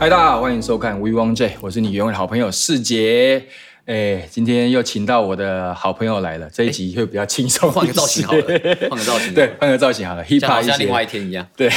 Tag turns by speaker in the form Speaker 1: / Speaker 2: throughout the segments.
Speaker 1: 嗨，大家好，欢迎收看 We Wang J，我是你永远的好朋友世杰。哎，今天又请到我的好朋友来了，这一集会比较轻松，
Speaker 2: 哎 换个造型好了，换个造 型，
Speaker 1: 对，，换个造型好了，hip
Speaker 2: 像好
Speaker 1: hop 一
Speaker 2: 像另外
Speaker 1: 些。
Speaker 2: 一天一样。
Speaker 1: 对，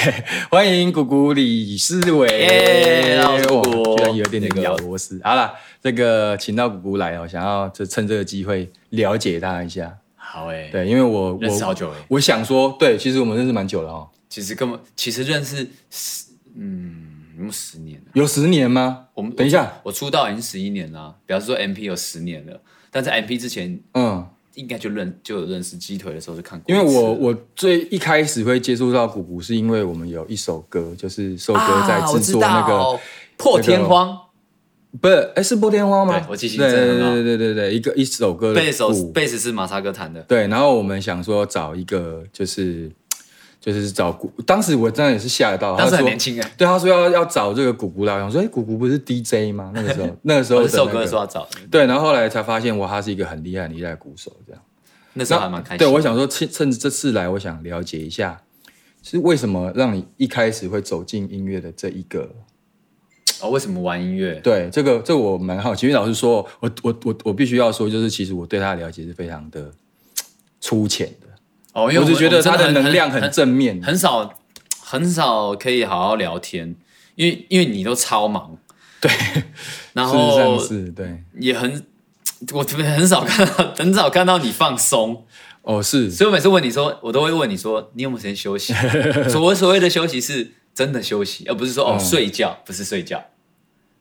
Speaker 1: 欢迎谷谷李思伟，
Speaker 2: 耶大家好
Speaker 1: 哇
Speaker 2: 谷谷
Speaker 1: 居然有点
Speaker 2: 那
Speaker 1: 点
Speaker 2: 个
Speaker 1: 咬螺丝。好了，这个请到谷谷来哦，想要就趁这个机会了解他一下。
Speaker 2: 好哎、
Speaker 1: 欸对，因为我
Speaker 2: 认识好
Speaker 1: 我
Speaker 2: 久哎，
Speaker 1: 我想说，对，其实我们认识蛮久了哦，
Speaker 2: 其实根本其实认识十嗯有没有十年了。
Speaker 1: 有十年吗？
Speaker 2: 我们
Speaker 1: 等一下，
Speaker 2: 我出道已经十一年啦，表示说 MP 有十年了。但在 MP 之前，
Speaker 1: 嗯，
Speaker 2: 应该就认就有认识鸡腿的时候就看过
Speaker 1: 因
Speaker 2: 一
Speaker 1: 为
Speaker 2: 次了，
Speaker 1: 我我最一开始会接触到古鼓，是因为我们有一首歌，就是瘦哥在
Speaker 2: 啊我
Speaker 1: 制
Speaker 2: 知
Speaker 1: 作那个，
Speaker 2: 道破天荒
Speaker 1: 不是，哎，是播天花吗
Speaker 2: 对？我记性
Speaker 1: 对
Speaker 2: 真的
Speaker 1: 对
Speaker 2: 很好
Speaker 1: 对对对对，一个一首歌的
Speaker 2: 贝手
Speaker 1: 鼓，
Speaker 2: 贝斯是马萨哥弹的，
Speaker 1: 对，然后我们想说找一个就是就是找鼓，当时我真的也是吓到，
Speaker 2: 当时
Speaker 1: 他
Speaker 2: 很
Speaker 1: 说
Speaker 2: 年轻哎，
Speaker 1: 对，他说要要找这个鼓鼓来，我想说，哎，鼓鼓不是 DJ 吗？那个时候，那个时候
Speaker 2: 我
Speaker 1: 的
Speaker 2: 哦是瘦
Speaker 1: 那
Speaker 2: 哥
Speaker 1: 个
Speaker 2: 说要找的，
Speaker 1: 对，然后后来才发现，哇，他是一个很厉害、很厉害的鼓手，这样。
Speaker 2: 那时候还蛮开心的。
Speaker 1: 对，我想说趁趁这次来，我想了解一下，是为什么让你一开始会走进音乐的这一个？
Speaker 2: 哦，为什么玩音乐？
Speaker 1: 对，这个这我蛮好奇，因为老实说，我我我我必须要说，就是其实我对他的了解是非常的粗浅的，
Speaker 2: 哦，因为
Speaker 1: 我只
Speaker 2: 们
Speaker 1: 觉得
Speaker 2: 们
Speaker 1: 他
Speaker 2: 真
Speaker 1: 的
Speaker 2: 的很
Speaker 1: 能量很正面。
Speaker 2: 很少很少可以好好聊天，因为因为你都超忙，对， 然
Speaker 1: 事实上
Speaker 2: 后
Speaker 1: 是对，
Speaker 2: 也很。我特别很少看到，很少看到你放松，
Speaker 1: 哦是，
Speaker 2: 所以我每次问你说，我都会问你说，你有没有时间休 息？所谓所谓的休息是真的休息，而不是说哦、
Speaker 1: 嗯
Speaker 2: 睡觉，不是睡觉，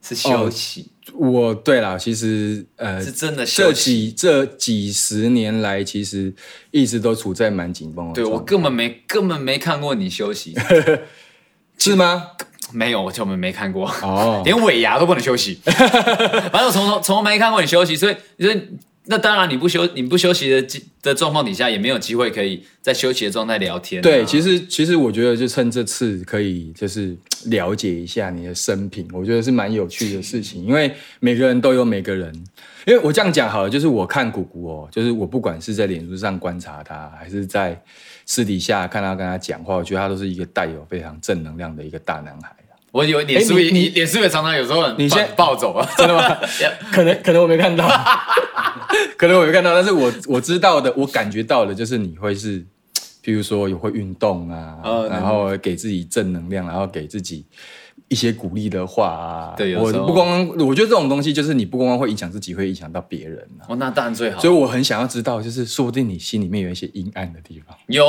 Speaker 2: 是休息，
Speaker 1: 我对啦，其实呃
Speaker 2: 是，真的哦休
Speaker 1: 这
Speaker 2: 息。
Speaker 1: 几这几十年来，其实一直都处在蛮紧绷的
Speaker 2: 对
Speaker 1: 状态。
Speaker 2: 我根本没根本没看过你休息，
Speaker 1: 是吗？
Speaker 2: 没有，我根本没看过。
Speaker 1: 哦，
Speaker 2: 连尾牙都不能 休息。反正我从头从来没看过你休息，所以所以那当然你不休你不休息的机的状况底下，也没有机会可以在休息的状态聊天、啊
Speaker 1: 对，其
Speaker 2: 实
Speaker 1: 实其实我觉得就趁这次可以就是了解一下你的生平，我觉得是蛮有趣的事情，因为每个人都有每个人。因为我这样讲好了，就是我看谷谷哦，就是我不管是在脸书上观察他，还是在私底下看他跟他讲话，我觉得他都是一个带有非常正能量的一个大男孩。
Speaker 2: 我有脸书
Speaker 1: 哎你
Speaker 2: 也，
Speaker 1: 你
Speaker 2: 你脸书也常常有时候很
Speaker 1: 你
Speaker 2: 暴
Speaker 1: 现在
Speaker 2: 暴走啊，
Speaker 1: 真的吗？可能可能我没看到， 可能我没看到，但是我我知道的，我感觉到的就是你会是，譬如说有会运动啊，
Speaker 2: 呃
Speaker 1: 然后给自己正能量，然后给自己一些鼓励的话啊。
Speaker 2: 对有
Speaker 1: 我
Speaker 2: 时候
Speaker 1: 不光光，我觉得这种东西就是你不光光会影响自己，会影响到别人啊。
Speaker 2: 哦，那当然最好
Speaker 1: 所。以我很想要知道，就是说不定你心里面有一些阴暗的地方。
Speaker 2: 有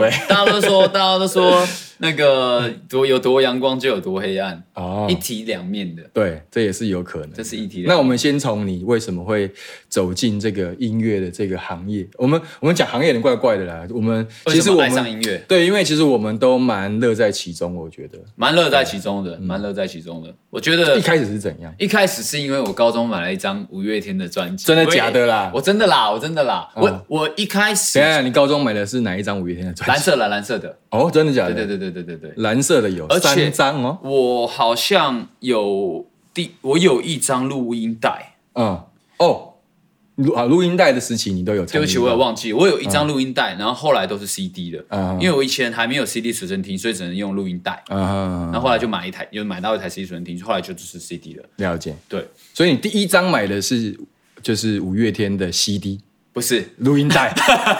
Speaker 1: 对，
Speaker 2: 大家都说，大家都说那个多有多阳光就有多黑暗，
Speaker 1: 哦
Speaker 2: 一体两面的。
Speaker 1: 对，这也是有可能的。
Speaker 2: 这是一题的
Speaker 1: 那我们先从你为什么会走进这个音乐的这个行业？我们我们讲行业有点怪怪的啦。我们
Speaker 2: 为
Speaker 1: 其实
Speaker 2: 什么
Speaker 1: 我
Speaker 2: 爱上
Speaker 1: 们
Speaker 2: 音乐，
Speaker 1: 对，因为其实我们都蛮乐在其中，我觉得。
Speaker 2: 蛮乐在其中的，蛮乐在其中的。我觉得
Speaker 1: 嗯一开始是怎样？
Speaker 2: 一开始是因为我高中买了一张五月天的专辑，
Speaker 1: 真的假的啦
Speaker 2: 我也我真的啦，我真的啦，
Speaker 1: 嗯
Speaker 2: 我我一开
Speaker 1: 等一
Speaker 2: 始
Speaker 1: 下，哎你高中买的是哪一张五月天的专
Speaker 2: 蓝
Speaker 1: 辑？
Speaker 2: 色蓝蓝色的，
Speaker 1: 哦，真的假的？
Speaker 2: 对对对对对对对，
Speaker 1: 蓝色的有
Speaker 2: 而且
Speaker 1: 三张哦。
Speaker 2: 我好像有第我有一张录音带，
Speaker 1: 嗯，哦，录啊录音带的时期你都有参与吗？
Speaker 2: 对不起，我有忘记，我有一张录音带，然后后来都是 CD 的，
Speaker 1: 嗯
Speaker 2: 因为我以前还没有 CD 随身听，所以只能用录音带，
Speaker 1: 啊，
Speaker 2: 然后后来就买一台，有买到一台 CD 随身听，后来就只是 CD 了，
Speaker 1: 了解。
Speaker 2: 对，
Speaker 1: 所以你第一张买的是就是五月天的 CD
Speaker 2: 不是
Speaker 1: 录音 带，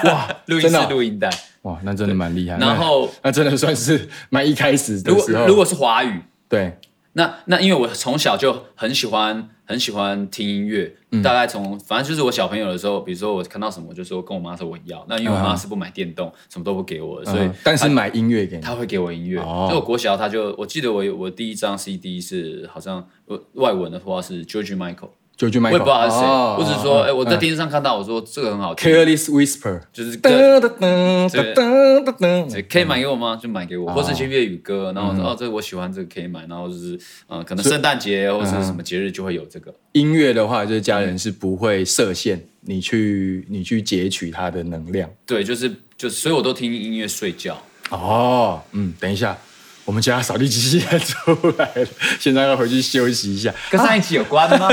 Speaker 1: 哇，
Speaker 2: 录音
Speaker 1: 真
Speaker 2: 是
Speaker 1: 的哦
Speaker 2: 录音带，
Speaker 1: 哇，那真的蛮厉害。
Speaker 2: 然后
Speaker 1: 那那真的算是 蛮一开始的
Speaker 2: 如果
Speaker 1: 时候。
Speaker 2: 如果是华语，
Speaker 1: 对，
Speaker 2: 那那因为我从小就很喜欢很喜欢听音乐，
Speaker 1: 嗯
Speaker 2: 大概从反正就是我小朋友的时候，比如说我看到什么，我就说跟我妈说我要。那因为我
Speaker 1: 嗯
Speaker 2: 妈
Speaker 1: 哼
Speaker 2: 是不买电动，什么都不给我的，所以
Speaker 1: 嗯但是买音乐给你，
Speaker 2: 她会给我音乐。
Speaker 1: 哦
Speaker 2: 所以我国小她就，我记得我有我第一张 CD 是好像我外文的话是 George Michael，
Speaker 1: 就去
Speaker 2: 我
Speaker 1: 买。
Speaker 2: 也不知道他是谁，
Speaker 1: 哦
Speaker 2: 我只是说，哎、
Speaker 1: 哦
Speaker 2: 我在
Speaker 1: 嗯
Speaker 2: 电视上看到，我说这个很好听，
Speaker 1: Careless Whisper，
Speaker 2: 就是
Speaker 1: 噔
Speaker 2: 这
Speaker 1: 噔噔
Speaker 2: 这
Speaker 1: 噔噔噔噔，
Speaker 2: 可以买给我吗？就买给我，
Speaker 1: 哦嗯
Speaker 2: 或是一些粤语歌，然后我说、哦，这个我喜欢，这个可以买，然后就是呃，可能圣诞节或
Speaker 1: 嗯
Speaker 2: 是什么节日就会有这个。
Speaker 1: 音乐的话，就是家人是不会设限，你去你去截取它的能量。
Speaker 2: 对，就是就，所以我都听音乐睡觉。
Speaker 1: 哦，嗯，等一下，我们家扫地机器人 出来了，现在要回去休息一下。
Speaker 2: 跟上一集有关吗？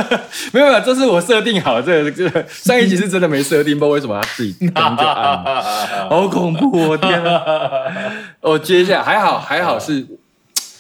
Speaker 1: 没有，没有，这是我设定好的，这个这个上一集是真的没设定，不知道为什么他自己灯就暗 了，好恐怖、哦！天啊！哦，接下来还好，还好是，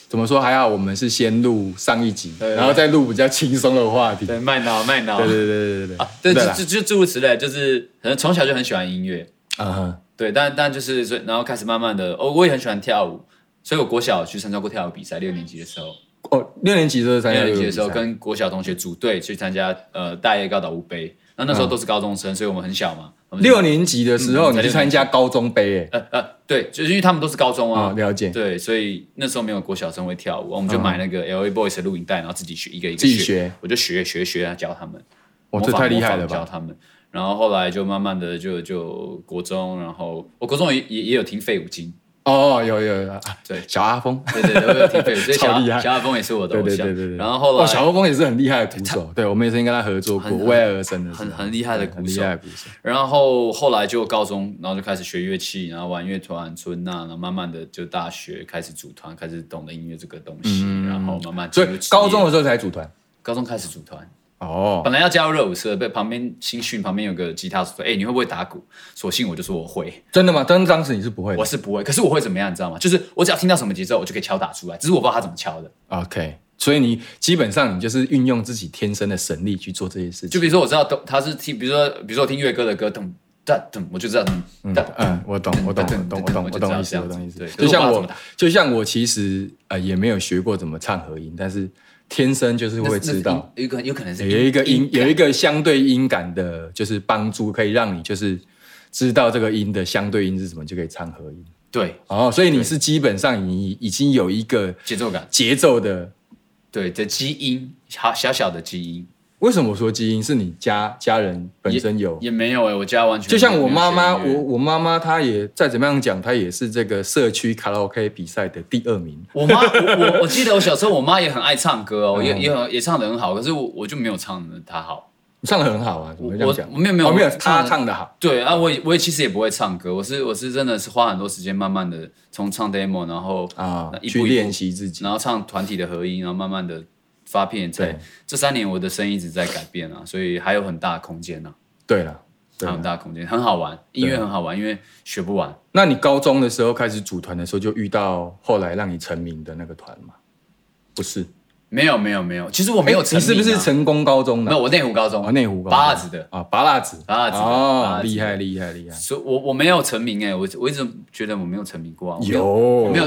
Speaker 1: 怎么说还好，我们是先录上一集，
Speaker 2: 对对
Speaker 1: 然后再录比较轻松的话题。
Speaker 2: 对，卖脑卖脑，
Speaker 1: 对对对对对
Speaker 2: 啊，对，
Speaker 1: 对
Speaker 2: 就
Speaker 1: 啦
Speaker 2: 就就诸如此类，就是可能从小就很喜欢音乐，
Speaker 1: 嗯哼，
Speaker 2: 对，但但就是所以，然后开始慢慢的，哦，我也很喜欢跳舞，所以我国小有去参加过跳舞比赛，六年级的时候，
Speaker 1: 哦，六年级的时候参加
Speaker 2: 六
Speaker 1: 游
Speaker 2: 年
Speaker 1: 泳比
Speaker 2: 级的时候
Speaker 1: 赛
Speaker 2: 跟国小同学组队去参加呃大叶高岛乌杯，那那时候都是高中生，所以我们很小嘛，我们
Speaker 1: 嗯
Speaker 2: 就
Speaker 1: 六年级的时候
Speaker 2: 嗯才
Speaker 1: 你去参加高中杯，
Speaker 2: 呃呃，对，就是因为他们都是高中
Speaker 1: 哎，
Speaker 2: 啊，
Speaker 1: 哦，了解，
Speaker 2: 对，所以那时候没有国小生会跳舞，我们就买那个 L A Boys 的录影带，然后自己学一个一个
Speaker 1: 嗯自己学，
Speaker 2: 我就学学学啊教他们，
Speaker 1: 哇，
Speaker 2: 模
Speaker 1: 这
Speaker 2: 仿
Speaker 1: 太厉害
Speaker 2: 模
Speaker 1: 了
Speaker 2: 仿教
Speaker 1: 吧？
Speaker 2: 他们。然后后来就慢慢的就就国中，然后我国中也也也有听废五金，
Speaker 1: 哦，有有有，啊
Speaker 2: 对
Speaker 1: 小阿峰，
Speaker 2: 对对对，我有听废五金，所以
Speaker 1: 超
Speaker 2: 小
Speaker 1: 厉害
Speaker 2: 小阿峰也是我的
Speaker 1: 对
Speaker 2: 偶
Speaker 1: 对
Speaker 2: 像。
Speaker 1: 对对对。
Speaker 2: 然后后来
Speaker 1: 哦，小阿峰也是很厉害的鼓手，对我们也曾经跟他合作过，
Speaker 2: 很很
Speaker 1: 威尔森的时候，
Speaker 2: 很很厉害的
Speaker 1: 对很
Speaker 2: 鼓
Speaker 1: 厉
Speaker 2: 手
Speaker 1: 害的鼓手。
Speaker 2: 然后后来就高中，然后就开始学乐器，然后玩乐团、春呐、然后慢慢的就大学开始组团，开始懂得音乐这个东西，然后慢慢
Speaker 1: 嗯
Speaker 2: 进
Speaker 1: 所
Speaker 2: 入
Speaker 1: 以
Speaker 2: 职业
Speaker 1: 高中的时候才组团。
Speaker 2: 高中开始组团，
Speaker 1: 哦，
Speaker 2: 本来要加入热舞社，被旁边新训旁边有个吉他手说：“哎、你会不会打鼓？”索性我就说我会，
Speaker 1: 真的吗？但是当时你是不会的
Speaker 2: 我。是不会，可是我会怎么样，你知道吗？就是我只要听到什么节奏，我就可以敲打出来，只是我不知道他怎么敲的。
Speaker 1: OK，所以你基本上你就是运用自己天生的神力去做这些事情。
Speaker 2: 就比如说我知道咚他是听，比如说比如说我听粤歌的歌，咚哒咚，我就知道咚哒
Speaker 1: 嗯嗯，我懂，我懂，我懂，我懂，我懂意思，我懂意思。就像我，就像我其实呃也没有学过怎么唱和音，但是天生就是
Speaker 2: 那
Speaker 1: 会知道，
Speaker 2: 那是音有可能有可能是
Speaker 1: 有一个音，有一
Speaker 2: 感
Speaker 1: 个相对音感的，就是帮助可以让你就是知道这个音的相对音是什么，就可以唱和音。
Speaker 2: 对
Speaker 1: 哦，所以你是基本上你已经有一个
Speaker 2: 节奏感，
Speaker 1: 节奏的。
Speaker 2: 对的基因，小小小的基因
Speaker 1: 为什么我说基因是你家家人本身有？
Speaker 2: 也没有哎、我家完全
Speaker 1: 就像我
Speaker 2: 没有
Speaker 1: 妈妈，
Speaker 2: 学音乐
Speaker 1: 我我妈妈她也再怎么样讲，她也是这个社区卡拉 OK 比赛的第二名。
Speaker 2: 我妈，我我我记得我小时候，我妈也很爱唱歌 哦，
Speaker 1: 嗯
Speaker 2: 也也很也唱的很好，可是我我就没有唱的她好。
Speaker 1: 你唱的很好啊，怎么会这样讲？
Speaker 2: 我我没有没有
Speaker 1: 哦没有，
Speaker 2: 我唱
Speaker 1: 她
Speaker 2: 得
Speaker 1: 唱的好。
Speaker 2: 对啊，我也我也其实也不会唱歌，我是我是真的是花很多时间，慢慢的从唱 demo，然后
Speaker 1: 啊
Speaker 2: 一
Speaker 1: 去
Speaker 2: 步一步
Speaker 1: 练习自己
Speaker 2: 然后唱团体的合音，然后慢慢的发片。在
Speaker 1: 对
Speaker 2: 这三年，我的声音一直在改变啊，所以还有很大的空间啊，
Speaker 1: 对了，
Speaker 2: 还
Speaker 1: 对啊
Speaker 2: 有
Speaker 1: 啦
Speaker 2: 很大的空间，很好玩，音乐很好玩，因为学不完。
Speaker 1: 那你高中的时候开始组团的时候，就遇到后来让你成名的那个团吗？不是，
Speaker 2: 没有没有没有，其实我没有
Speaker 1: 哎
Speaker 2: 成
Speaker 1: 你
Speaker 2: 名啊、
Speaker 1: 是不是成功高中的？
Speaker 2: 没有，我内湖高中
Speaker 1: 哦，内湖高中
Speaker 2: 八子的，
Speaker 1: 啊，拔蜡子，
Speaker 2: 拔蜡子的拔蜡
Speaker 1: 哦，
Speaker 2: 子的
Speaker 1: 厉害厉害厉害，
Speaker 2: 所以我我没有成名哎、我我一直觉得我没有成名过啊，我没
Speaker 1: 有
Speaker 2: 我没有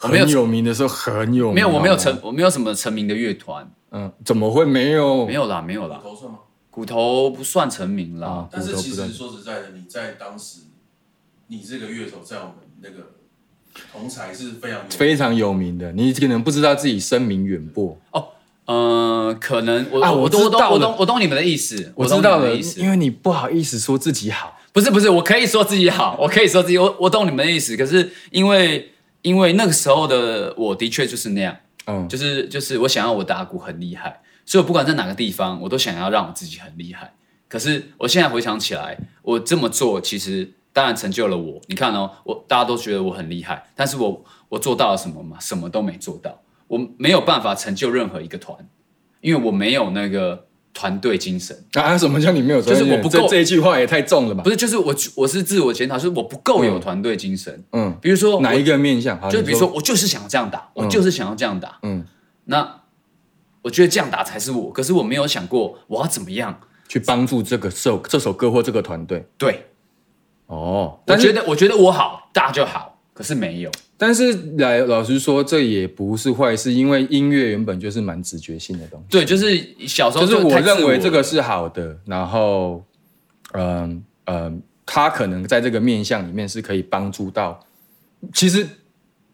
Speaker 2: 我没有
Speaker 1: 很有名的时候很有名，
Speaker 2: 没有我没有
Speaker 1: 好
Speaker 2: 成我没有什么成名的乐团，
Speaker 1: 不好，嗯，怎么会没有？
Speaker 2: 没有啦没有啦，
Speaker 3: 头算吗？
Speaker 2: 骨头不算成名啦，
Speaker 1: 啊
Speaker 3: 但是
Speaker 1: 骨头
Speaker 3: 其
Speaker 1: 啊不断
Speaker 3: 实说实在的，你在当时，你这个乐手在我们那个同才是非常有
Speaker 1: 非常有名的，你可能不知道自己声名远播。
Speaker 2: 呃，可能我、
Speaker 1: 啊
Speaker 2: 我
Speaker 1: 我
Speaker 2: 懂我
Speaker 1: 知道
Speaker 2: 懂我
Speaker 1: 了
Speaker 2: 懂我懂你们的意思，
Speaker 1: 我
Speaker 2: 懂
Speaker 1: 知
Speaker 2: 你
Speaker 1: 道
Speaker 2: 们
Speaker 1: 了，
Speaker 2: 的意思，
Speaker 1: 因为你不好意思说自己好，
Speaker 2: 不是不是，我可以说自己好， 我可以说自己，我我懂你们的意思，可是因为因为那个时候的我的确就是那样，
Speaker 1: 嗯，
Speaker 2: 就是就是我想要我打鼓很厉害，所以我不管在哪个地方，我都想要让我自己很厉害。可是我现在回想起来，我这么做其实当然成就了我。你看哦，我大家都觉得我很厉害，但是我我做到了什么嘛？什么都没做到，我没有办法成就任何一个团，因为我没有那个团队精神。
Speaker 1: 啊，什么叫你没有专业？
Speaker 2: 就是我不够
Speaker 1: 这这一句话也太重了吧
Speaker 2: 不？是，就是我我是自我检讨，就是我不够有团队精神。
Speaker 1: 嗯，
Speaker 2: 比如说我
Speaker 1: 哪一个面向？好
Speaker 2: 就
Speaker 1: 哦你
Speaker 2: 比如说，我就是想要这样打，我就是想要这样打。
Speaker 1: 嗯，
Speaker 2: 那我觉得这样打才是我，可是我没有想过我要怎么样。
Speaker 1: 去帮助这个首这首歌或这个团队。
Speaker 2: 对，
Speaker 1: 哦，
Speaker 2: 我
Speaker 1: 但
Speaker 2: 觉
Speaker 1: 是
Speaker 2: 得我觉得我好大就好，可是没有。
Speaker 1: 但是来老实说，这也不是坏事，因为音乐原本就是蛮直觉性的东西。
Speaker 2: 对，就是小时候
Speaker 1: 就是我
Speaker 2: 太自
Speaker 1: 认为
Speaker 2: 了
Speaker 1: 这个是好的，然后，嗯嗯，他可能在这个面向里面是可以帮助到，其实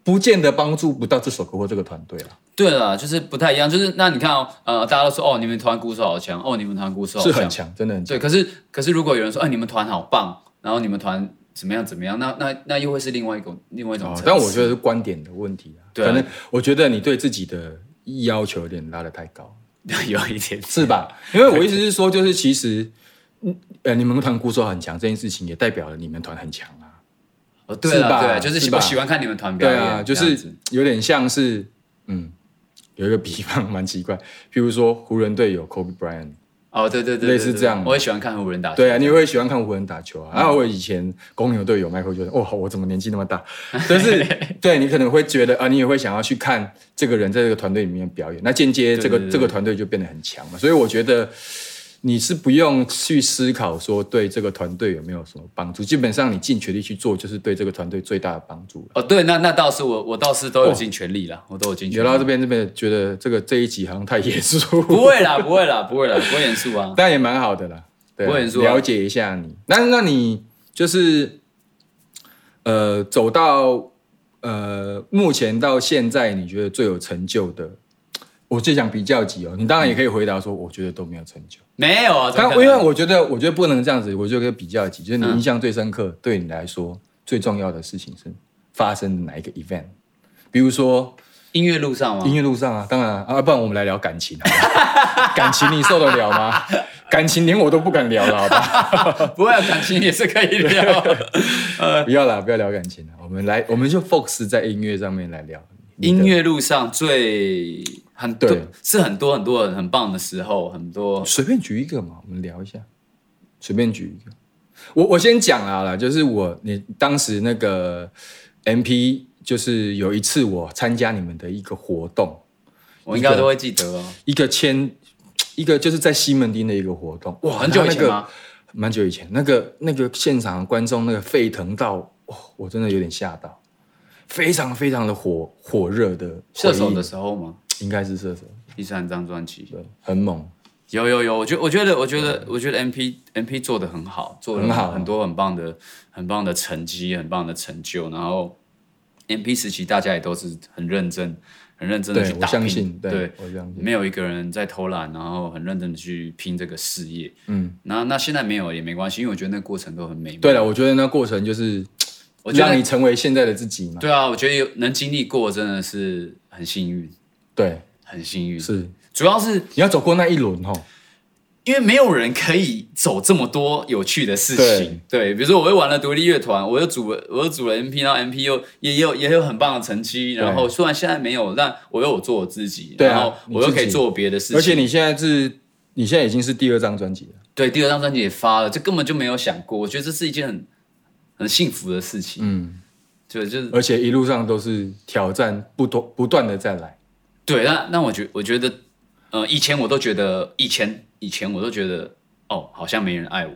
Speaker 1: 不见得帮助不到这首歌或这个团队啊啦，
Speaker 2: 对了，就是不太一样。就是那你看哦，呃，大家都说哦，你们团鼓手好强，哦，你们团鼓手好
Speaker 1: 是很强，真的很强。
Speaker 2: 对，可是可是如果有人说，哎，你们团好棒，然后你们团怎么样怎么样，那那那又会是另外一种另外一种层
Speaker 1: 哦
Speaker 2: 次、，
Speaker 1: 但我觉得是观点的问题啊，
Speaker 2: 对啊
Speaker 1: 可能我觉得你对自己的要求有点拉得太高，
Speaker 2: 得 有一点
Speaker 1: 是吧？因为我意思是说，就是其实，嗯呃，你们团鼓手很强这件事情，也代表了你们团很强啊。
Speaker 2: 哦，对
Speaker 1: 是
Speaker 2: 了，
Speaker 1: 吧
Speaker 2: 对，就是喜
Speaker 1: 是吧
Speaker 2: 我喜欢看你们团表
Speaker 1: 对
Speaker 2: 演，
Speaker 1: 啊，就
Speaker 2: 这样
Speaker 1: 是
Speaker 2: 子
Speaker 1: 有点像 是，嗯，有一个比方蛮奇怪，譬如说湖人队有 Kobe Bryant，
Speaker 2: 哦，对对对，对
Speaker 1: 类似
Speaker 2: 对
Speaker 1: 这样
Speaker 2: 我也喜欢看湖人打球。嗯
Speaker 1: 对啊，你会喜欢看湖人打球啊？然后我以前公牛队有 Michael Jordan，哦，我怎么年纪那么大？就是 对你可能会觉得啊，你也会想要去看这个人在这个团队里面表演。那间接这个
Speaker 2: 对对对
Speaker 1: 这个团队就变得很强嘛。所以我觉得你是不用去思考说对这个团队有没有什么帮助，基本上你尽全力去做，就是对这个团队最大的帮助了。
Speaker 2: 哦，对，那那倒是我我倒是都
Speaker 1: 哦
Speaker 2: 有尽全力啦，我都有尽全
Speaker 1: 聊
Speaker 2: 力。
Speaker 1: 到这边，这边觉得这个这一集好像太严肃，
Speaker 2: 不会啦， 不会啦，不会啦，不会严肃啊。
Speaker 1: 但也蛮好的啦。对啊、
Speaker 2: 我很说
Speaker 1: 了解一下你。那那你就是呃，走到呃目前到现在，你觉得最有成就的，我最想比较级哦。你当然也可以回答说，我觉得都没有成就。
Speaker 2: 没有啊，怎
Speaker 1: 但
Speaker 2: 么可
Speaker 1: 因
Speaker 2: 能
Speaker 1: 为我觉得，我觉得不能这样子，我觉得可以比较级，
Speaker 2: 嗯
Speaker 1: 就是你印象最深刻，对你来说最重要的事情是发生的哪一个 event？比如说
Speaker 2: 音乐路上嘛，
Speaker 1: 音乐路上啊，当然啊，啊不然我们来聊感情好不好 感情你受得了吗？感情连我都不敢聊了，好 吧？
Speaker 2: 不会啊，感情也是可以聊。
Speaker 1: 不要啦，不要聊感情了，啊我们来，我们就 focus 在音乐上面来聊。你的
Speaker 2: 音乐路上最很多
Speaker 1: 对
Speaker 2: 是很多很多很很棒的时候，很多
Speaker 1: 随便举一个嘛，我们聊一下，随便举一个。我我先讲啊啦，就是我你当时那个 MP，就是有一次我参加你们的一个活动，
Speaker 2: 我应该都会记得哦。
Speaker 1: 一个签，一个就是在西门町的一个活动，哇，
Speaker 2: 很久以前
Speaker 1: 那个
Speaker 2: 吗？
Speaker 1: 蛮久以前，那个那个现场观众那个沸腾到，哦，我真的有点吓到，非常非常的火火热的
Speaker 2: 射手
Speaker 1: 回忆
Speaker 2: 的时候吗？
Speaker 1: 应该是射手，
Speaker 2: 第三张专辑
Speaker 1: 对，很猛，
Speaker 2: 有有有，我觉我觉得我觉得我觉得 M P M P 做的很好，做
Speaker 1: 嗯很
Speaker 2: 了
Speaker 1: 好
Speaker 2: 很多很棒的很棒的成绩，很棒的成就。然后 M P 时期大家也都是很认真、很认真的
Speaker 1: 对
Speaker 2: 去
Speaker 1: 我
Speaker 2: 打
Speaker 1: 相
Speaker 2: 拼，
Speaker 1: 信，
Speaker 2: 对，
Speaker 1: 对我相信，
Speaker 2: 没有一个人在偷懒，然后很认真的去拼这个事业。
Speaker 1: 嗯，
Speaker 2: 那那现在没有也没关系，因为我觉得那个过程都很美妙。
Speaker 1: 对了，我觉得那过程就是
Speaker 2: 我觉得
Speaker 1: 让你成为现在的自己嘛，
Speaker 2: 对啊，我觉得有能经历过真的是很幸运，
Speaker 1: 对，
Speaker 2: 很幸运。
Speaker 1: 是
Speaker 2: 主要是
Speaker 1: 你要走过那一轮哦，
Speaker 2: 因为没有人可以走这么多有趣的事情。对，比如说我又玩了独立乐团，我又组了，我又组了 MP，然后 MP 又也也有也有很棒的成绩。
Speaker 1: 对
Speaker 2: 然后虽然现在没有，但我又有做我自己，
Speaker 1: 对啊
Speaker 2: 然后我又可
Speaker 1: 你自
Speaker 2: 以
Speaker 1: 己
Speaker 2: 做别的事情。
Speaker 1: 而且你现在是，你现在已经是第二张专辑了，
Speaker 2: 对第二张专辑也发了，这根本就没有想过。我觉得这是一件很很幸福的事情。
Speaker 1: 嗯，
Speaker 2: 就就是
Speaker 1: 而且一路上都是挑战，不断不断的再来。
Speaker 2: 对，那那我觉我觉得，呃，以前我都觉得，以前以前我都觉得，哦，好像没人爱我，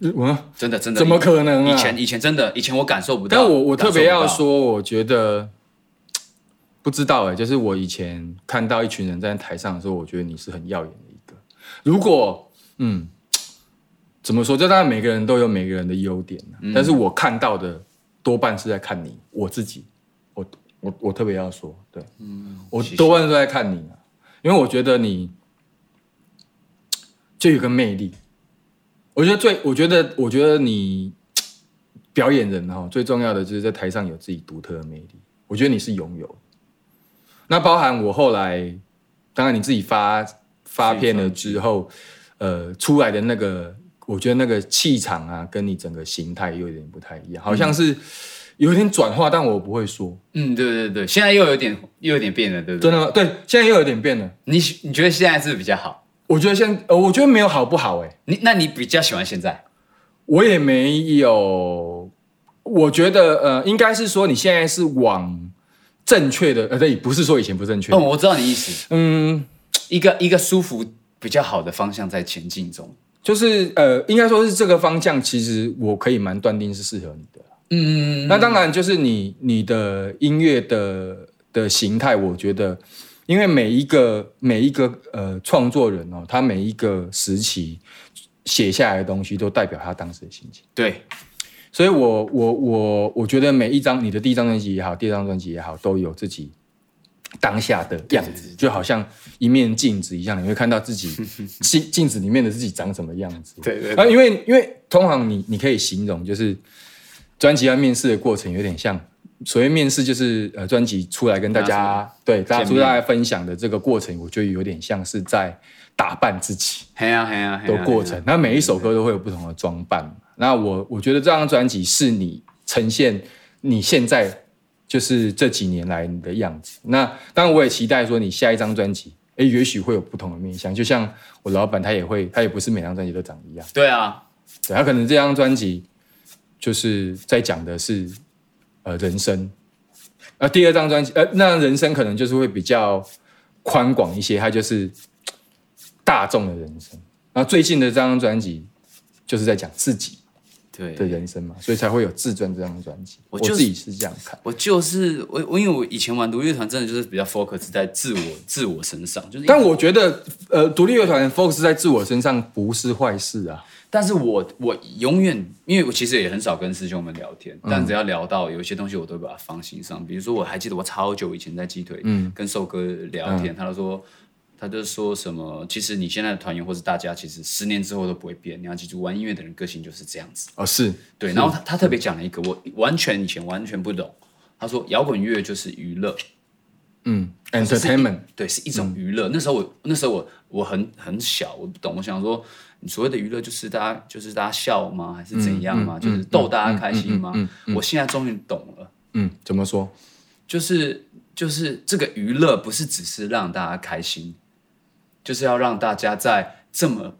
Speaker 1: 嗯，
Speaker 2: 真的真的
Speaker 1: 怎么可能啊？
Speaker 2: 以前以前真的以前我感受不到，
Speaker 1: 但我我特别要
Speaker 2: 感受不到，
Speaker 1: 说，我觉得不知道哎、就是我以前看到一群人在台上的时候，我觉得你是很耀眼的一个。如果嗯，怎么说？这当然每个人都有每个人的优点、啊
Speaker 2: 嗯
Speaker 1: 但是我看到的多半是在看你，我自己，我我我特别要说，对，我
Speaker 2: 嗯谢谢
Speaker 1: 多半都在看你、啊，因为我觉得你就有个魅力。我觉得最，我觉得，我觉得你表演人哈、哦，最重要的就是在台上有自己独特的魅力。我觉得你是拥有的。那包含我后来，当然你自己发发片了之后，呃，出来的那个，我觉得那个气场啊，跟你整个形态又有点不太一样，好像是有点转化，但我不会说，
Speaker 2: 嗯，对对对，现在又有点又有点变了，对不对？
Speaker 1: 真的吗？对，现在又有点变了。
Speaker 2: 你喜你觉得现在是比较好？
Speaker 1: 我觉得现在，呃，我觉得没有好不好、欸，
Speaker 2: 你那你比较喜欢现在？
Speaker 1: 我也没有，我觉得呃，应该是说你现在是往正确的，呃，对，不是说以前不正确，
Speaker 2: 嗯，我知道你意思，
Speaker 1: 嗯，
Speaker 2: 一个一个舒服比较好的方向在前进中。
Speaker 1: 就是呃，应该说是这个方向，其实我可以蛮断定是适合你的。
Speaker 2: 嗯，
Speaker 1: 那当然就是你你的音乐的的形态，我觉得，因为每一个每一个呃创作人哦，他每一个时期写下来的东西，都代表他当时的心情。
Speaker 2: 对，
Speaker 1: 所以我我我我觉得每一张你的第一张专辑也好，第二张专辑也好，都有自己当下的样
Speaker 2: 对对
Speaker 1: 子，就好像一面镜子一样，你会看到自 己镜镜子里面的自己长什么样子。
Speaker 2: 对对对
Speaker 1: 啊，因为因为通常你你可以形容就是专辑要面试的过程有点像。所谓面试就是呃，专辑出来跟大
Speaker 2: 拿
Speaker 1: 家对大家
Speaker 2: 见
Speaker 1: 出
Speaker 2: 面
Speaker 1: 来分享的这个过程，我觉得有点像是在打扮自己。
Speaker 2: 嘿呀嘿呀，嘿
Speaker 1: 的
Speaker 2: 呀
Speaker 1: 过程，。那每一首歌都会有不同的装扮嘛。那我我觉得这张专辑是你呈现你现在就是这几年来你的样子。那当然，我也期待说你下一张专辑哎，也许会有不同的面向。就像我老板，他也会，他也不是每张专辑都长一样，
Speaker 2: 对啊，
Speaker 1: 对他可能这张专辑就是在讲的是呃人生，呃第二张专辑，呃那人生可能就是会比较宽广一些，它就是大众的人生。然后最近的这张专辑就是在讲自己
Speaker 2: 对
Speaker 1: 的人生嘛，所以才会有自传这张专辑。
Speaker 2: 我
Speaker 1: 我
Speaker 2: 就是
Speaker 1: 自己是这样看，
Speaker 2: 我就是我我，因为我以前玩独立乐团，真的就是比较 focus 在自我自我身上，就是
Speaker 1: 但我觉得呃独立乐团 focus 在自我身上不是坏事啊。
Speaker 2: 但是我我永远，因为我其实也很少跟师兄们聊天，但只要聊到有一些东西，我都会把它放心上。比如说，我还记得我超久以前在鸡腿，跟瘦哥聊天，他就说，他就说什么，其实你现在的团员或是大家，其实十年之后都不会变。你要记住，玩音乐的人个性就是这样子。
Speaker 1: 哦是，
Speaker 2: 对，然后他他特别讲了一个，我完全以前完全不懂。他说，摇滚乐就是娱乐，
Speaker 1: 嗯
Speaker 2: 是
Speaker 1: ，entertainment
Speaker 2: 一对，是一种娱乐。那时候我那时候我我很很小，我不懂。我想说，你所谓的娱乐就是大家就是大家笑吗？还是怎样吗？就是逗大家开心吗？我现在终于懂了，
Speaker 1: 嗯怎么说？
Speaker 2: 就是就是这个娱乐不是只是让大家开心，就是要让大家在这么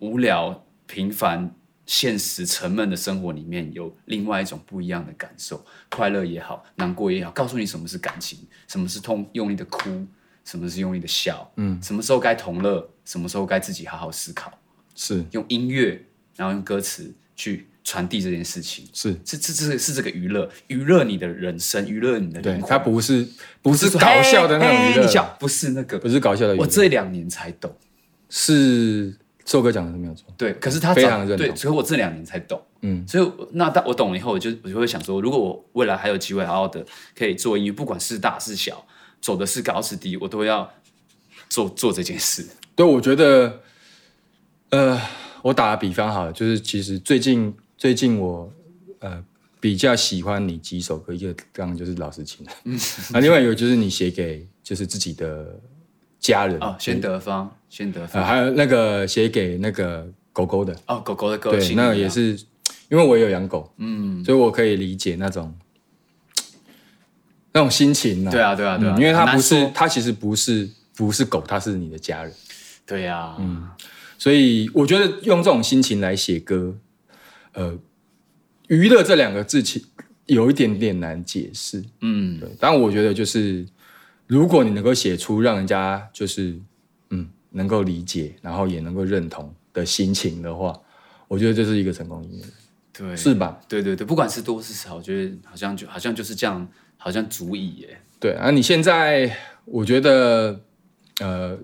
Speaker 2: 无聊、平凡、现实、沉闷的生活里面，有另外一种不一样的感受，快乐也好，难过也好，告诉你什么是感情，什么是痛用力的哭，什么是用力的笑，嗯，什么时候该同乐，什么时候该自己好好思考，
Speaker 1: 是
Speaker 2: 用音乐，然后用歌词去传递这件事情。
Speaker 1: 是，
Speaker 2: 这这这是这个娱乐，娱乐你的人生，娱乐你的
Speaker 1: 对
Speaker 2: 灵，魂。
Speaker 1: 它不是不是
Speaker 2: 嗯说
Speaker 1: 搞笑的那
Speaker 2: 嘿
Speaker 1: 种
Speaker 2: 嘿
Speaker 1: 娱
Speaker 2: 哎你
Speaker 1: 乐，
Speaker 2: 笑不是那个，
Speaker 1: 不是搞笑的娱乐，
Speaker 2: 我这两年才懂。
Speaker 1: 是瘦哥讲的是没有错，
Speaker 2: 对，可是他
Speaker 1: 非
Speaker 2: 早
Speaker 1: 常认同
Speaker 2: 对，所以我这两年才懂。
Speaker 1: 嗯，
Speaker 2: 所以我那当我懂了以后，我就我就会想说，如果我未来还有机会好好的可以做音乐，不管是大是小，走的是高是低，我都要做做这件事。
Speaker 1: 对，我觉得，呃，我打个比方好了，就是其实最近最近我呃比较喜欢你几首歌，一个当然就是老师琴，嗯，那另外一个就是你写给就是自己的家人
Speaker 2: 哦，先得方，先得
Speaker 1: 呃，
Speaker 2: 方。
Speaker 1: 还有那个写给那个狗狗的，
Speaker 2: 哦，狗狗的歌
Speaker 1: 对，
Speaker 2: 情，
Speaker 1: 那也是因为我也有养狗，
Speaker 2: 嗯，
Speaker 1: 所以我可以理解那种那种心情呢、
Speaker 2: 对啊，对啊，对啊，
Speaker 1: 嗯因为它不
Speaker 2: 很
Speaker 1: 是
Speaker 2: 难说，
Speaker 1: 它其实不是不是狗，它是你的家人，
Speaker 2: 对啊，嗯，
Speaker 1: 所以我觉得用这种心情来写歌，呃，娱乐这两个字其有一点点难解释，
Speaker 2: 嗯
Speaker 1: 对，但我觉得就是如果你能够写出让人家就是嗯能够理解，然后也能够认同的心情的话，我觉得这是一个成功音乐人，
Speaker 2: 对，
Speaker 1: 是吧？
Speaker 2: 对对对，不管是多是少，我觉得好像就好像就是这样，好像足以耶。
Speaker 1: 对啊，你现在我觉得呃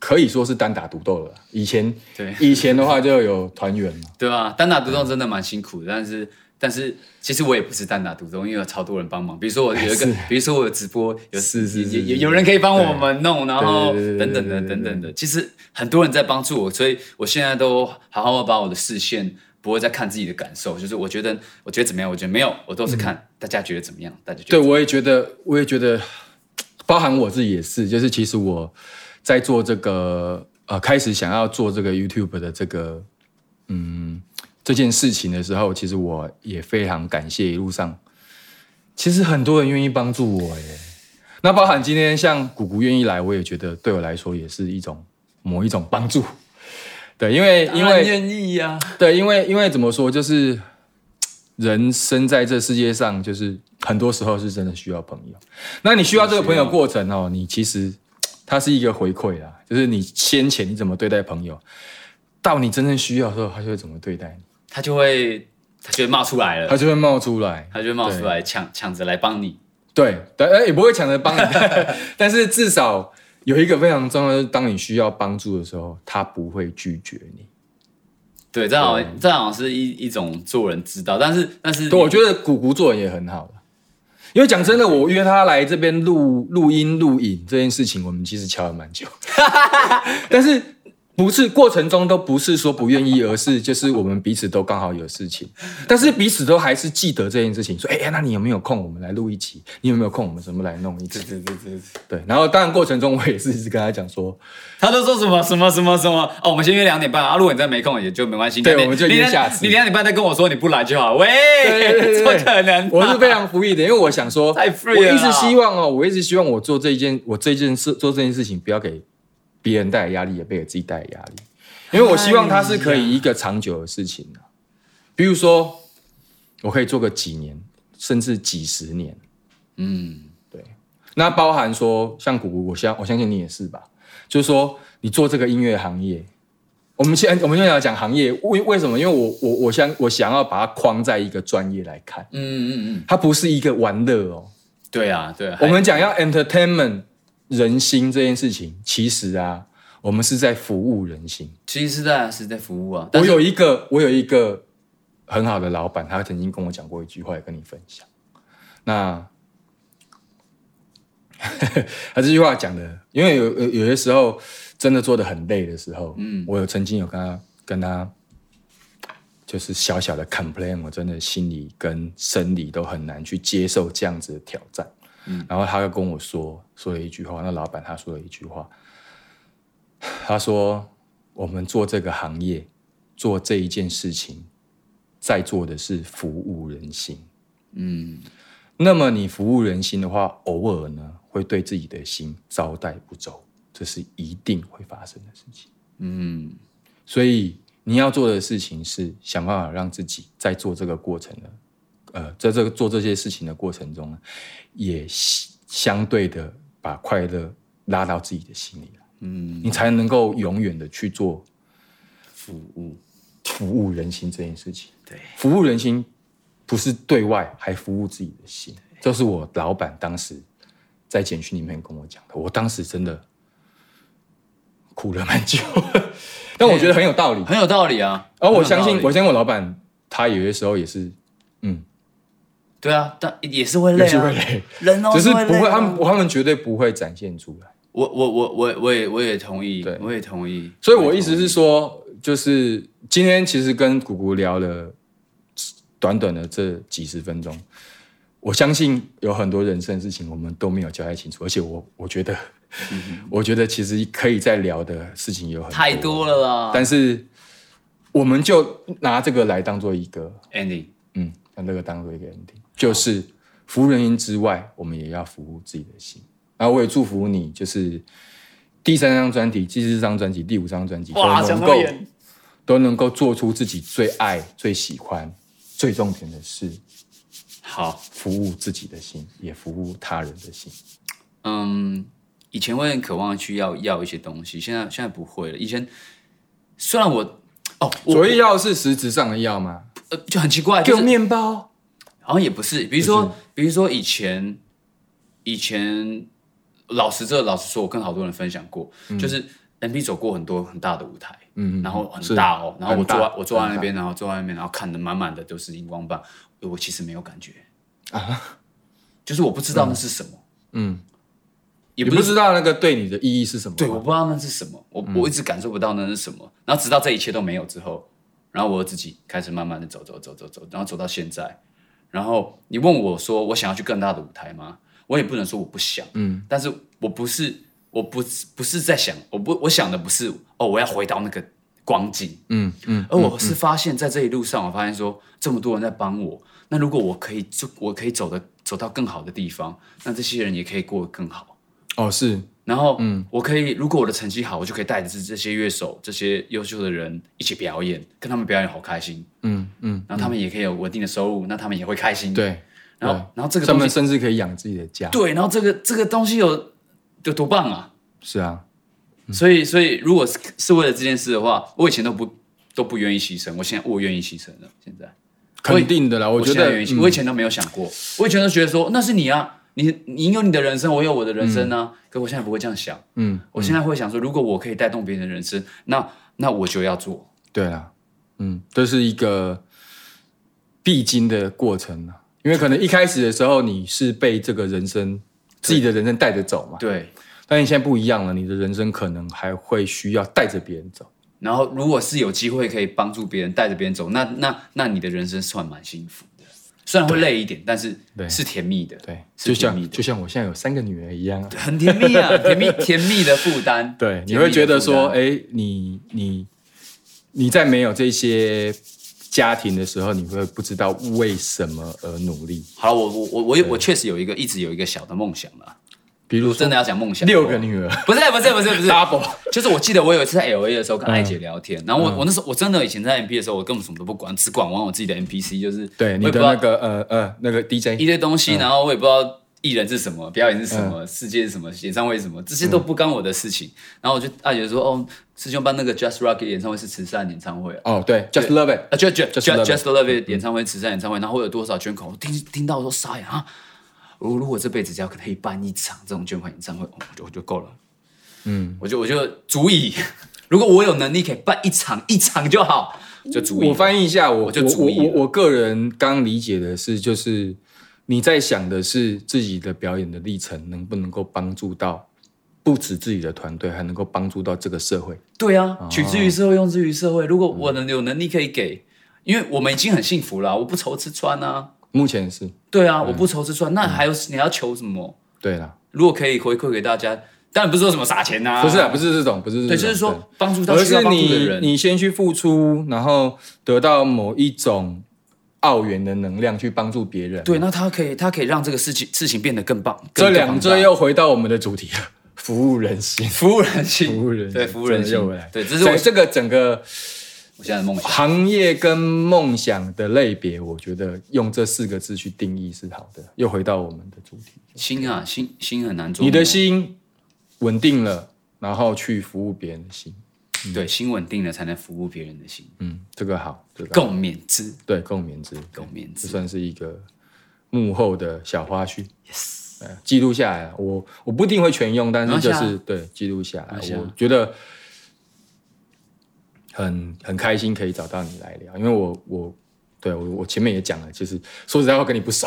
Speaker 1: 可以说是单打独斗了啦。以前
Speaker 2: 对
Speaker 1: 以前的话就有团员嘛，
Speaker 2: 对啊，单打独斗真的蛮辛苦的，但是但是其实我也不是单打独斗，因为有超多人帮忙。比如说我有一个，比如说我有直播，有
Speaker 1: 是是是
Speaker 2: 有有
Speaker 1: 是
Speaker 2: 有人可以帮我们弄，然后
Speaker 1: 对对对对
Speaker 2: 等等
Speaker 1: 对
Speaker 2: 的
Speaker 1: 对
Speaker 2: 等等的，其实很多人在帮助我，所以我现在都好好的把我的视线。不会再看自己的感受，就是我觉得，我觉得怎么样，我觉得没有，我都是看、大家觉得怎么样，大家觉
Speaker 1: 对
Speaker 2: 得
Speaker 1: 我也觉得，我也觉得，包含我自己也是，就是其实我在做这个呃，开始想要做这个 YouTube 的这个嗯这件事情的时候，其实我也非常感谢一路上，其实很多人愿意帮助我耶。那包含今天像谷谷愿意来，我也觉得对我来说也是一种某一种帮助。对，因为因
Speaker 2: 当然
Speaker 1: 为
Speaker 2: 愿意呀、
Speaker 1: 对，因为因为怎么说，就是嘖人生在这世界上，就是很多时候是真的需要朋友。那你需要这个朋友过程哦，你其实嘖它是一个回馈啦，就是你先前你怎么对待朋友，到你真正需要的时候，他就会怎么对待你，
Speaker 2: 他就会他就会冒出来了，
Speaker 1: 他就会冒出来。
Speaker 2: 他就会冒出来抢抢着来帮你。
Speaker 1: 对，但呃也不会抢着帮你， 但是至少有一个非常重要，就是当你需要帮助的时候，他不会拒绝你。
Speaker 2: 对，这好像这好像是一一种做人之道，但是但是
Speaker 1: 对，我觉得谷谷做人也很好啦因为讲真的，我约他来这边录录音、录影这件事情，我们其实瞧了蛮 久，但是不是过程中都不是说不愿意，而是就是我们彼此都刚好有事情，但是彼此都还是记得这件事情，说哎、哎那你有没有空，我们来录一集？你有没有空，我们什么来弄一集？
Speaker 2: 对对对，
Speaker 1: 对，然后当然过程中我也是一直跟他讲说，
Speaker 2: 他都说什么什么什么什么哦，我们先约两点半啊，如果你再没空也就没关系，
Speaker 1: 对
Speaker 2: 你
Speaker 1: 我们就约
Speaker 2: 你
Speaker 1: 下次
Speaker 2: 你两点半再跟我说你不来就好，喂，
Speaker 1: 对对对
Speaker 2: 怎么可能啊？
Speaker 1: 我是非常不易的，因为我想说，
Speaker 2: 太 free
Speaker 1: 我
Speaker 2: 了
Speaker 1: 一
Speaker 2: 啦
Speaker 1: 直希望哦，我一直希望我做这一件，我这一件事做这件事情不要给别人带来压力，也被自己带来压力。因为我希望它是可以一个长久的事情、啊、比如说，我可以做个几年，甚至几十年。
Speaker 2: 嗯，
Speaker 1: 那包含说，像谷谷，我相我相信你也是吧？就是说，你做这个音乐行业，我们现在我们现在要讲行业，为为什么？因为我我我想我想要把它框在一个专业来看，
Speaker 2: 嗯嗯嗯，
Speaker 1: 它不是一个玩乐哦。
Speaker 2: 对啊对啊，
Speaker 1: 我们讲要 entertainment 人心这件事情，其实啊，我们是在服务人心。
Speaker 2: 其实是在是在服务啊，
Speaker 1: 我
Speaker 2: 但是
Speaker 1: 有一个，我有一个很好的老板，他曾经跟我讲过一句话，也跟你分享。那 他这句话讲的，因为有有有些时候真的做的很累的时候，嗯，我有曾经有跟他跟他就是小小的 complain，我真的心里跟生理都很难去接受这样子的挑战。嗯，然后他就跟我说说了一句话，那老板他说了一句话，他说我们做这个行业，做这一件事情，在做的是服务人心。
Speaker 2: 嗯，
Speaker 1: 那么你服务人心的话，偶尔呢会对自己的心招待不周，这是一定会发生的事情。
Speaker 2: 嗯，
Speaker 1: 所以你要做的事情是想办法让自己在做这个过程的，呃，在这个做这些事情的过程中呢，也相相对的把快乐拉到自己的心里来，嗯，你才能够永远的去做
Speaker 2: 服务，
Speaker 1: 服务人心这件事情。
Speaker 2: 对，
Speaker 1: 服务人心不是对外，还服务自己的心。这是我老板当时在简讯里面跟我讲的，我当时真的哭了蛮久， 但我觉得很有道理。
Speaker 2: 很有道理啊。
Speaker 1: 而哦我
Speaker 2: 很有道
Speaker 1: 相信，
Speaker 2: 理
Speaker 1: 我相信我老板他有些时候也是，嗯，
Speaker 2: 对啊，但也是会累
Speaker 1: 也是
Speaker 2: 啊，
Speaker 1: 会累，
Speaker 2: 人哦，
Speaker 1: 只是
Speaker 2: 会
Speaker 1: 不
Speaker 2: 累
Speaker 1: 会，
Speaker 2: 啊
Speaker 1: 他们他们绝对不会展现出来。
Speaker 2: 我我我我我也我也同意
Speaker 1: 对，
Speaker 2: 我也同意。
Speaker 1: 所以我意思
Speaker 2: 也同
Speaker 1: 是说，就是今天其实跟谷谷聊了短短的这几十分钟，我相信有很多人生的事情我们都没有交代清楚，而且我我觉得， 我觉得其实可以再聊的事情有很
Speaker 2: 意嗯太多了啦。
Speaker 1: 但是我们就拿这个来当做一个，
Speaker 2: Andy，
Speaker 1: 嗯，拿这个当做一个 ending，就是服务人心之外，我们也要服务自己的心。然后我也祝福你，就是第三张专辑、第四张专辑、第五张专辑都
Speaker 2: 哇，
Speaker 1: 能
Speaker 2: 讲
Speaker 1: 够
Speaker 2: 么远，
Speaker 1: 都能够做出自己最爱、最喜欢、最重点的是
Speaker 2: 好，
Speaker 1: 服务自己的心，也服务他人的心。
Speaker 2: 嗯，以前会很渴望去要要一些东西，现在现在不会了。以前虽然我哦，
Speaker 1: 所
Speaker 2: 我
Speaker 1: 谓药是实质上的药吗？
Speaker 2: 呃就很奇怪，
Speaker 1: 给
Speaker 2: 就
Speaker 1: 我
Speaker 2: 是
Speaker 1: 面包，
Speaker 2: 好像也不是，比
Speaker 1: 不
Speaker 2: 如说
Speaker 1: 是
Speaker 2: 比如说以前以前老实这老实说，我跟好多人分享过，就是 M P 走过很多很大的舞台，
Speaker 1: 嗯
Speaker 2: 然后很
Speaker 1: 是
Speaker 2: 大哦，然后我
Speaker 1: 很大
Speaker 2: 坐在我坐在
Speaker 1: 很
Speaker 2: 那
Speaker 1: 大
Speaker 2: 边，然后坐在那边，然后看的满满的都是荧光棒，我其实没有感觉
Speaker 1: 啊，
Speaker 2: 就是我不知道那是什么，
Speaker 1: 嗯，
Speaker 2: 也
Speaker 1: 你
Speaker 2: 不
Speaker 1: 不
Speaker 2: 是
Speaker 1: 知道那个对你的意义是什么吗？嗯
Speaker 2: 对，我不知道那是什么，我、我一直感受不到那是什么。然后直到这一切都没有之后，然后我自己开始慢慢的走走走走走，然后走到现在。然后你问我说我想要去更大的舞台吗？我也不能说我不想，嗯，但是我不是我不是不是在想，我不我想的不是哦，我要回到那个光景，
Speaker 1: 嗯嗯，
Speaker 2: 而我是发现，在这一路上，我发现说这么多人在帮我，那如果我可以就我可以走的走到更好的地方，那这些人也可以过得更好。
Speaker 1: 哦是，
Speaker 2: 然后，嗯，我可以，如果我的成绩好，我就可以带着这这些乐手、这些优秀的人一起表演，跟他们表演好开心，
Speaker 1: 嗯嗯，
Speaker 2: 然后他们也可以有稳定的收入，那他们也会开心。，
Speaker 1: 对，
Speaker 2: 然后，然后这个
Speaker 1: 他
Speaker 2: 东
Speaker 1: 们
Speaker 2: 西，
Speaker 1: 甚至可以养自己的家。
Speaker 2: 对，然后这个这个东西有有多棒啊！
Speaker 1: 是啊，
Speaker 2: 所以，所以如果是是为了这件事的话，我以前都不都不愿意牺牲，我现在我愿意牺牲了。现在，我以
Speaker 1: 肯定的啦。我觉
Speaker 2: 现在
Speaker 1: 得
Speaker 2: 愿意牺
Speaker 1: 嗯
Speaker 2: 牲，我以前都没有想过，我以前都觉得说那是你啊，你你有你的人生，我有我的人生啊。可我现在不会这样想，
Speaker 1: 嗯，
Speaker 2: 我现在会想说，如果我可以带动别人的人生，那那我就要做。
Speaker 1: 对啦，嗯，这是一个必经的过程啊。因为可能一开始的时候你是被这个人生自己的人生带着走嘛，
Speaker 2: 对，
Speaker 1: 但你现在不一样了，你的人生可能还会需要带着别人走。
Speaker 2: 然后如果是有机会可以帮助别人，带着别人走，那那那你的人生算蛮幸福的，虽然会累一点，但是
Speaker 1: 对
Speaker 2: 是甜蜜的，
Speaker 1: 对，
Speaker 2: 是
Speaker 1: 就
Speaker 2: 甜蜜
Speaker 1: 像
Speaker 2: 的
Speaker 1: 就像我现在有三个女儿一样啊。
Speaker 2: 很甜蜜啊，甜蜜甜蜜的负担。
Speaker 1: 对，你
Speaker 2: 甜蜜的
Speaker 1: 会觉得说，
Speaker 2: 负担
Speaker 1: 哎、你你你在没有这些家庭的时候，你会不知道为什么而努力。
Speaker 2: 好了，我我我我有我确实有一个一直有一个小的梦想啦，
Speaker 1: 比如
Speaker 2: 如果
Speaker 1: 说
Speaker 2: 真的要啊讲梦想，
Speaker 1: 六个女儿
Speaker 2: 不是不是不是不是
Speaker 1: double，嗯
Speaker 2: 就是我记得我有一次在 L A 的时候跟艾姐聊天，然后我、我那时候我真的以前在 M P 的时候，我根本什么都不管，只管玩我自己的 N P C，就是
Speaker 1: 对你
Speaker 2: 我也
Speaker 1: 的
Speaker 2: 不知道
Speaker 1: 那个嗯呃呃那个 DJ
Speaker 2: 一堆东西，然后我也不知道艺人是什
Speaker 1: 嗯
Speaker 2: 么，表演是什么，世界是什么，演唱会是什么，这些都不干我的事情。然后我就艾姐说，哦，师兄班那个 Just Rock 演唱会是慈善演唱会啊。
Speaker 1: 哦对，Just Love It，
Speaker 2: 啊，就就
Speaker 1: Just Love
Speaker 2: Just
Speaker 1: It
Speaker 2: Just Love It 演唱会、慈善演唱会，然后会有多少捐款？我听听到我都傻眼啊！我如果这辈子只要可以办一场这种捐款演唱会，哦我就我就够了。嗯，我就我就足以。 如果我有能力可以办一场一场就好，就足以。
Speaker 1: 我翻译一下，我
Speaker 2: 我就
Speaker 1: 我
Speaker 2: 注意
Speaker 1: 我
Speaker 2: 了
Speaker 1: 我我个人刚理解的是，就是你在想的是自己的表演的历程能不能够帮助到不止自己的团队，还能够帮助到这个社会。
Speaker 2: 对啊，
Speaker 1: 哦
Speaker 2: 取之于社会，用之于社会。如果我能有能力可以给，因为我们已经很幸福了啊、我不愁吃穿啊。
Speaker 1: 目前是嗯
Speaker 2: 对啊，我不愁吃穿，那还有你还要求什么？
Speaker 1: 对啦，
Speaker 2: 如果可以回馈给大家，当然不是说什么撒钱呐、
Speaker 1: 不是啊，不是这种，不是这种，
Speaker 2: 对，就是说帮助到
Speaker 1: 而
Speaker 2: 需要
Speaker 1: 是
Speaker 2: 帮助的
Speaker 1: 你
Speaker 2: 人。
Speaker 1: 你先去付出，然后得到某一种澳元的能量去帮助别人。
Speaker 2: 对，那他可以，他可以让这个事情事情变得更棒。
Speaker 1: 这
Speaker 2: 更
Speaker 1: 两
Speaker 2: 更
Speaker 1: 这
Speaker 2: 庞大
Speaker 1: 又回到我们的主题了，服务人心，
Speaker 2: 服务人性，
Speaker 1: 服务人
Speaker 2: 对服务人
Speaker 1: 真的又
Speaker 2: 性
Speaker 1: 回来，
Speaker 2: 对，这是我
Speaker 1: 所以这个整个
Speaker 2: 我现在的梦想。
Speaker 1: 行业跟梦想的类别，我觉得用这四个字去定义是好的。又回到我们的主题，
Speaker 2: 心啊，心心很难捉摸。啊
Speaker 1: 你的心稳定了，然后去服务别人的心，
Speaker 2: 对心稳定了，才能服务别人的心。
Speaker 1: 嗯，这个好，这个好
Speaker 2: 共勉之，
Speaker 1: 对共勉之，
Speaker 2: 共勉
Speaker 1: 这
Speaker 2: 之。
Speaker 1: 算是一个幕后的小花絮。Yes，记录下来，啊我我不一定会全用，但是就
Speaker 2: 没关
Speaker 1: 是
Speaker 2: 系
Speaker 1: 对记录下来
Speaker 2: 没关系啊，
Speaker 1: 我觉得很很开心可以找到你来聊，因为我我对我我前面也讲了，就是说实在话跟你不熟，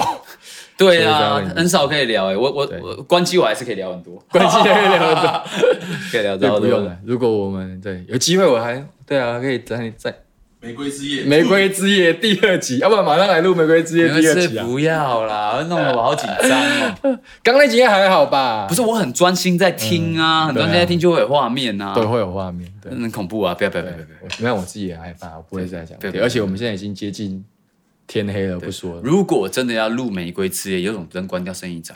Speaker 2: 对
Speaker 1: 所
Speaker 2: 啊
Speaker 1: 以这样，
Speaker 2: 很少可以聊哎、我我
Speaker 1: 对
Speaker 2: 我关机我还是可以聊很多，
Speaker 1: 关系可以 聊的，
Speaker 2: 可以聊
Speaker 1: 对
Speaker 2: 到
Speaker 1: 不用了。如果我们对有机会，我还对啊，可以在在
Speaker 3: 玫瑰之夜，
Speaker 1: 《玫瑰之夜》第二集，啊要不然马上来录《玫瑰之夜》
Speaker 2: 没
Speaker 1: 第二
Speaker 2: 事
Speaker 1: 集，啊。
Speaker 2: 不要啦，弄得我好紧张哦。
Speaker 1: 刚那集应该还好吧？
Speaker 2: 不是，我很专心在听啊，很专心在听就会有画面啊，
Speaker 1: 对，会有画面，对。
Speaker 2: 很恐怖啊！不要不要不要不
Speaker 1: 对
Speaker 2: 要不要！
Speaker 1: 我那我自己也害怕，我不会再讲
Speaker 2: 对
Speaker 1: 别的。
Speaker 2: 对
Speaker 1: 而且我们现在已经接近天黑了，不说了。
Speaker 2: 如果真的要录《玫瑰之夜》，有种灯关掉声音展，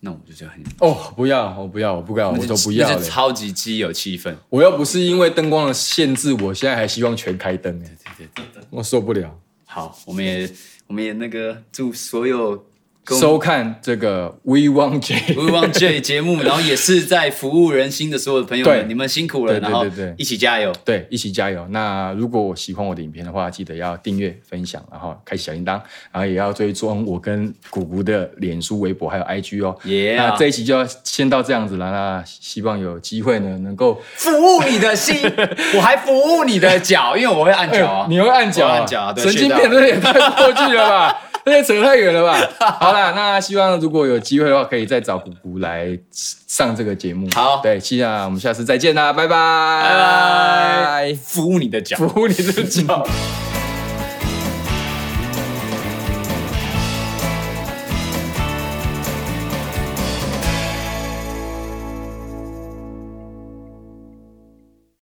Speaker 2: 那我就觉得很，
Speaker 1: 哦，不要，我不要，我不要，
Speaker 2: 那
Speaker 1: 我
Speaker 2: 就
Speaker 1: 都不要
Speaker 2: 那
Speaker 1: 了
Speaker 2: 就。超级基友气氛。
Speaker 1: 我又不是因为灯光的限制，我现在还希望全开灯哎，
Speaker 2: 对对对，
Speaker 1: 我受不了。
Speaker 2: 好，我们也我们也那个祝所有跟
Speaker 1: 收看这个 We Want J，
Speaker 2: We Want J 节目，然后也是在服务人心的所有朋友
Speaker 1: 对
Speaker 2: 们，你们辛苦了，
Speaker 1: 对对
Speaker 2: 然后
Speaker 1: 对对
Speaker 2: 一起加油。
Speaker 1: 对，一起加油。那如果喜欢我的影片的话，记得要订阅、分享，然后开启小铃铛，然后也要追踪我跟谷谷的脸书、微博还有 IG 哦。
Speaker 2: 耶！
Speaker 1: 那这一集就要先到这样子了。那希望有机会呢，能够
Speaker 2: 服务你的心，我还服务你的脚，因为我会按脚啊。
Speaker 1: 哎你会按脚、
Speaker 2: 我
Speaker 1: 啊？
Speaker 2: 会按脚啊对
Speaker 1: 神经
Speaker 2: 学到
Speaker 1: 病，这也太过去了吧？ 这也扯太远了吧？好啦，那希望如果有机会的话，可以再找姑姑来上这个节目。
Speaker 2: 好
Speaker 1: 对，希望我们下次再见啦，拜拜，
Speaker 2: 拜拜，服务你的脚。
Speaker 1: 服务你的脚。